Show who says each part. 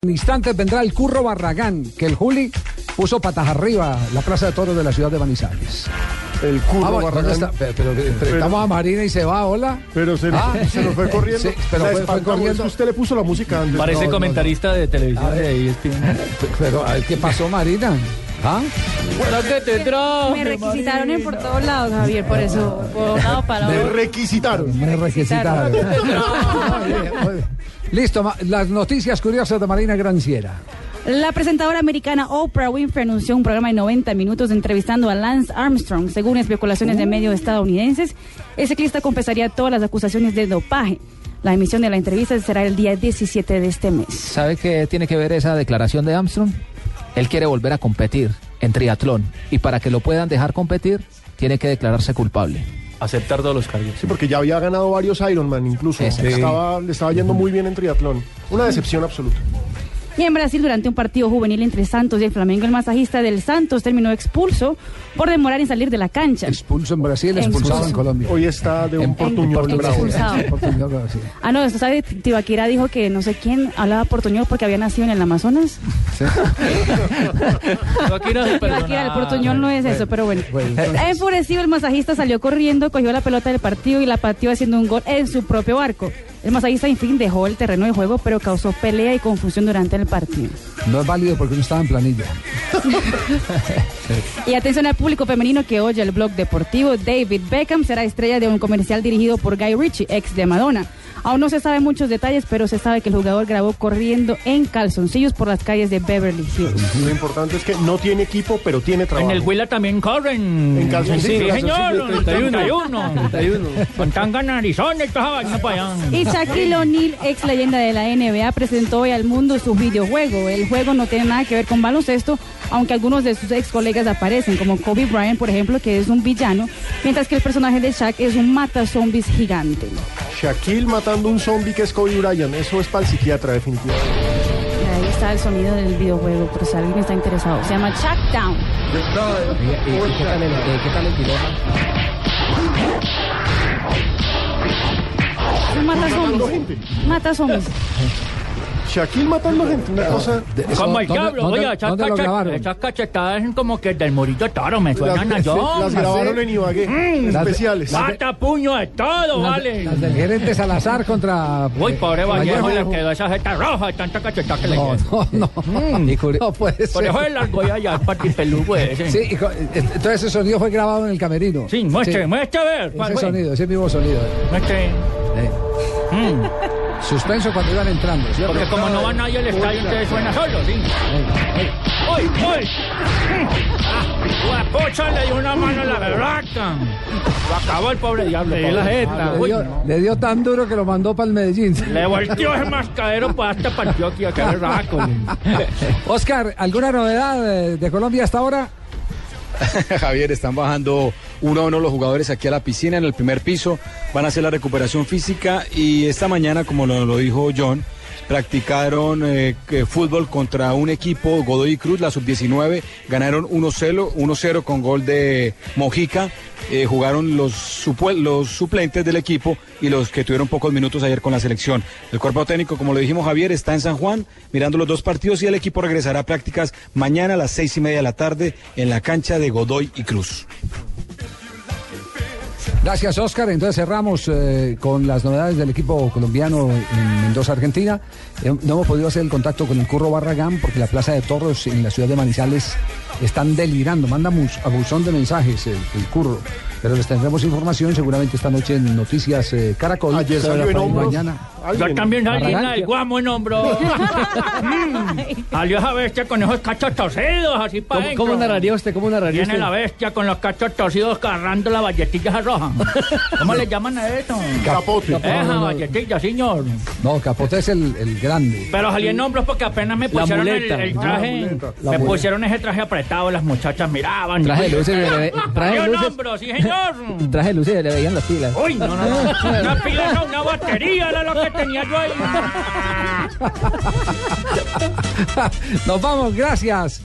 Speaker 1: En instantes vendrá el Curro Barragán, que el Juli puso patas arriba la Plaza de Toros de la ciudad de Manizales.
Speaker 2: El curro
Speaker 1: Ah, bueno,
Speaker 2: Barragán.
Speaker 1: ¿dónde está? Pe- Pero, enfrentamos a Marina y se va, hola.
Speaker 2: Pero se,
Speaker 1: Ah.
Speaker 2: se nos fue corriendo.
Speaker 1: Sí, pero
Speaker 2: La
Speaker 1: fue- fue
Speaker 2: espantamos,
Speaker 1: corriendo.
Speaker 2: es que usted le puso la música antes.
Speaker 3: Parece
Speaker 2: No, no,
Speaker 3: comentarista de televisión de E ESPN.
Speaker 1: Pero, a ver, ¿qué pasó, Marina? ¿Ah?
Speaker 3: que te
Speaker 4: Me requisitaron en por todos lados, Javier, por eso, por un lado para
Speaker 2: no.
Speaker 4: otro.
Speaker 2: Requisitaron.
Speaker 1: Me requisitaron. Muy bien, muy bien. Listo, ma- las noticias curiosas de Marina Granciera.
Speaker 4: La presentadora americana Oprah Winfrey anunció un programa de 90 minutos entrevistando a Lance Armstrong. Según especulaciones de medios estadounidenses, el ciclista confesaría todas las acusaciones de dopaje. La emisión de la entrevista será el día 17 de este mes.
Speaker 5: ¿Sabe qué tiene que ver esa declaración de Armstrong? Él quiere volver a competir en triatlón y para que lo puedan dejar competir tiene que declararse culpable.
Speaker 3: Aceptar todos los cargos.
Speaker 2: Sí, porque ya había ganado varios Ironman incluso.
Speaker 5: Exacto.
Speaker 2: Estaba, le estaba yendo muy bien en triatlón. Una decepción absoluta.
Speaker 4: Y en Brasil, durante un partido juvenil entre Santos y el Flamengo, el masajista del Santos terminó expulso por demorar en salir de la cancha.
Speaker 1: Expulso en Brasil, expulsado
Speaker 4: Expulso.
Speaker 1: en Colombia. ¿eh?
Speaker 2: Hoy está de un
Speaker 5: En-
Speaker 2: portuñol
Speaker 4: en
Speaker 2: bravo.
Speaker 4: Portuñol. Expulsado.
Speaker 1: Portuñol, Brasil.
Speaker 4: Ah, no, esto sabe, Tibaquira dijo que no sé quién hablaba portuñol porque había nacido en el Amazonas.
Speaker 3: No, aquí no se perdona.
Speaker 4: Tibaquira, el portuñol no es eso, pero bueno. Eh,
Speaker 1: Bueno, entonces-
Speaker 4: Enfurecido, el masajista salió corriendo, cogió la pelota del partido y la pateó haciendo un gol en su propio arco. El masajista, en fin, dejó el terreno de juego, pero causó pelea y confusión durante el partido.
Speaker 1: No es válido porque no estaba en planilla.
Speaker 4: Y atención al público femenino que oye el blog deportivo. David Beckham será estrella de un comercial dirigido por Guy Ritchie, ex de Madonna. Aún no se sabe muchos detalles, pero se sabe que el jugador grabó corriendo en calzoncillos por las calles de Beverly Hills.
Speaker 2: Lo importante es que no tiene equipo, pero tiene trabajo.
Speaker 3: En el Huila también corren.
Speaker 2: En calzoncillo,
Speaker 3: Sí,
Speaker 2: calzoncillo,
Speaker 3: señor.
Speaker 2: 31.
Speaker 3: 31. 31. Con tangan Arizona y toda esa vaina para allá.
Speaker 4: Y Shaquille O'Neal, ex leyenda de la NBA, presentó hoy al mundo su videojuego. El juego no tiene nada que ver con baloncesto, aunque algunos de sus ex colegas aparecen, como Kobe Bryant, por ejemplo, que es un villano, mientras que el personaje de Shaq es un mata zombies gigante.
Speaker 2: Shaquille matando un zombie que es Kobe Bryant. Eso es para el psiquiatra, definitivamente.
Speaker 4: Y Ahí está el sonido del videojuego, por si alguien está interesado. Se llama Shaq Down.
Speaker 5: ¿Qué tal el,
Speaker 4: Un mata
Speaker 2: Matando
Speaker 4: zombies.
Speaker 2: gente.
Speaker 4: Mata zombies.
Speaker 2: Shaquille matando gente. Una cosa.
Speaker 3: Como el
Speaker 1: ¿Dónde-
Speaker 3: diablo,
Speaker 1: dónde-
Speaker 3: oiga, esas
Speaker 1: dónde lo
Speaker 3: cachet-
Speaker 1: grabaron?
Speaker 3: esas cachetadas son como que del morito toro me suenan a
Speaker 2: Las,
Speaker 3: yo.
Speaker 2: las grabaron
Speaker 1: sí.
Speaker 2: en Ibagué. especiales.
Speaker 3: Mata puño de todo, vale.
Speaker 1: Las del gerente Salazar contra.
Speaker 3: Uy, pobre Vallejo le
Speaker 1: Vallejo.
Speaker 3: quedó esa jeta roja de tanta cachetada que le
Speaker 1: No,
Speaker 3: quedó.
Speaker 1: no, no.
Speaker 3: Mm,
Speaker 5: Y curi-
Speaker 1: No puede
Speaker 3: Por
Speaker 1: ser.
Speaker 3: eso el largo ya ya es partipelú, güey. ese.
Speaker 1: Sí, y co- eh, entonces ese sonido fue grabado en el camerino.
Speaker 3: Sí, muestre,
Speaker 1: Sí,
Speaker 3: muestre a ver. cuál
Speaker 1: Ese
Speaker 3: fue.
Speaker 1: sonido, ese mismo sonido.
Speaker 3: Muestre.
Speaker 1: Eh,
Speaker 3: Mm.
Speaker 1: Suspenso cuando iban entrando, ¿cierto? Eh,
Speaker 3: Porque como no va nadie al estadio, ustedes suena solo, ¿sí? Ah, ¡Uy, uy! ¡Guapocha le dio una mano a la berraca! Lo acabó el pobre diablo. Le la jeta.
Speaker 1: Le dio, le dio tan duro que lo mandó para el Medellín.
Speaker 3: Le volteó ese mascadero para este partido aquí, a qué berraco.
Speaker 1: Oscar, ¿alguna novedad eh, de Colombia hasta ahora?
Speaker 6: Javier, están bajando uno a uno los jugadores aquí a la piscina en el primer piso, van a hacer la recuperación física y esta mañana, como lo, lo dijo John, practicaron eh, que- fútbol contra un equipo, Godoy Cruz, la sub-19, ganaron 1-0 1-0 con gol de Mojica, eh, jugaron los, supue- los suplentes del equipo y los que tuvieron pocos minutos ayer con la selección. El cuerpo técnico, como lo dijimos Javier, está en San Juan mirando los dos partidos y el equipo regresará a prácticas mañana a las seis y media de la tarde en la cancha de Godoy y Cruz.
Speaker 1: Gracias, Oscar. Entonces cerramos eh, con las novedades del equipo colombiano en Mendoza, Argentina. Eh, no hemos podido hacer el contacto con el Curro Barragán porque la Plaza de Torres en la ciudad de Manizales están delirando. Manda mus- abusón de mensajes el, el Curro. Pero les tendremos información seguramente esta noche en Noticias eh, Caracol.
Speaker 2: Ayer
Speaker 1: Sobre
Speaker 2: salió en
Speaker 1: la-
Speaker 2: hombros.
Speaker 1: Mañana.
Speaker 2: Alguien.
Speaker 3: Yo también salí
Speaker 1: Barragán.
Speaker 3: la del guamo en hombro. Mm. Salió esa bestia con esos cachos torcidos, así para
Speaker 7: ¿Cómo, ¿Cómo narraría usted? ¿Cómo narraría
Speaker 3: Viene
Speaker 7: usted?
Speaker 3: la bestia con los cachos torcidos agarrando la valletilla esa roja. ¿Cómo le llaman a eso?
Speaker 2: Capote.
Speaker 5: Eh,
Speaker 3: Esa valletilla, señor.
Speaker 1: No, Capote es el, el grande.
Speaker 3: Pero salí en hombros porque apenas me pusieron el,
Speaker 7: muleta.
Speaker 3: el traje. me pusieron ese traje apretado, las muchachas miraban.
Speaker 5: Traje de
Speaker 3: Yo, "Ah,
Speaker 5: luces, le ve- traje
Speaker 3: Yo
Speaker 5: de
Speaker 3: en
Speaker 5: luces,
Speaker 3: hombros, sí, señor.
Speaker 5: traje de luces, le veían las pilas.
Speaker 3: Uy, no, no, no. Una pila, una batería era lo que tenía yo ahí.
Speaker 1: Nos vamos, gracias.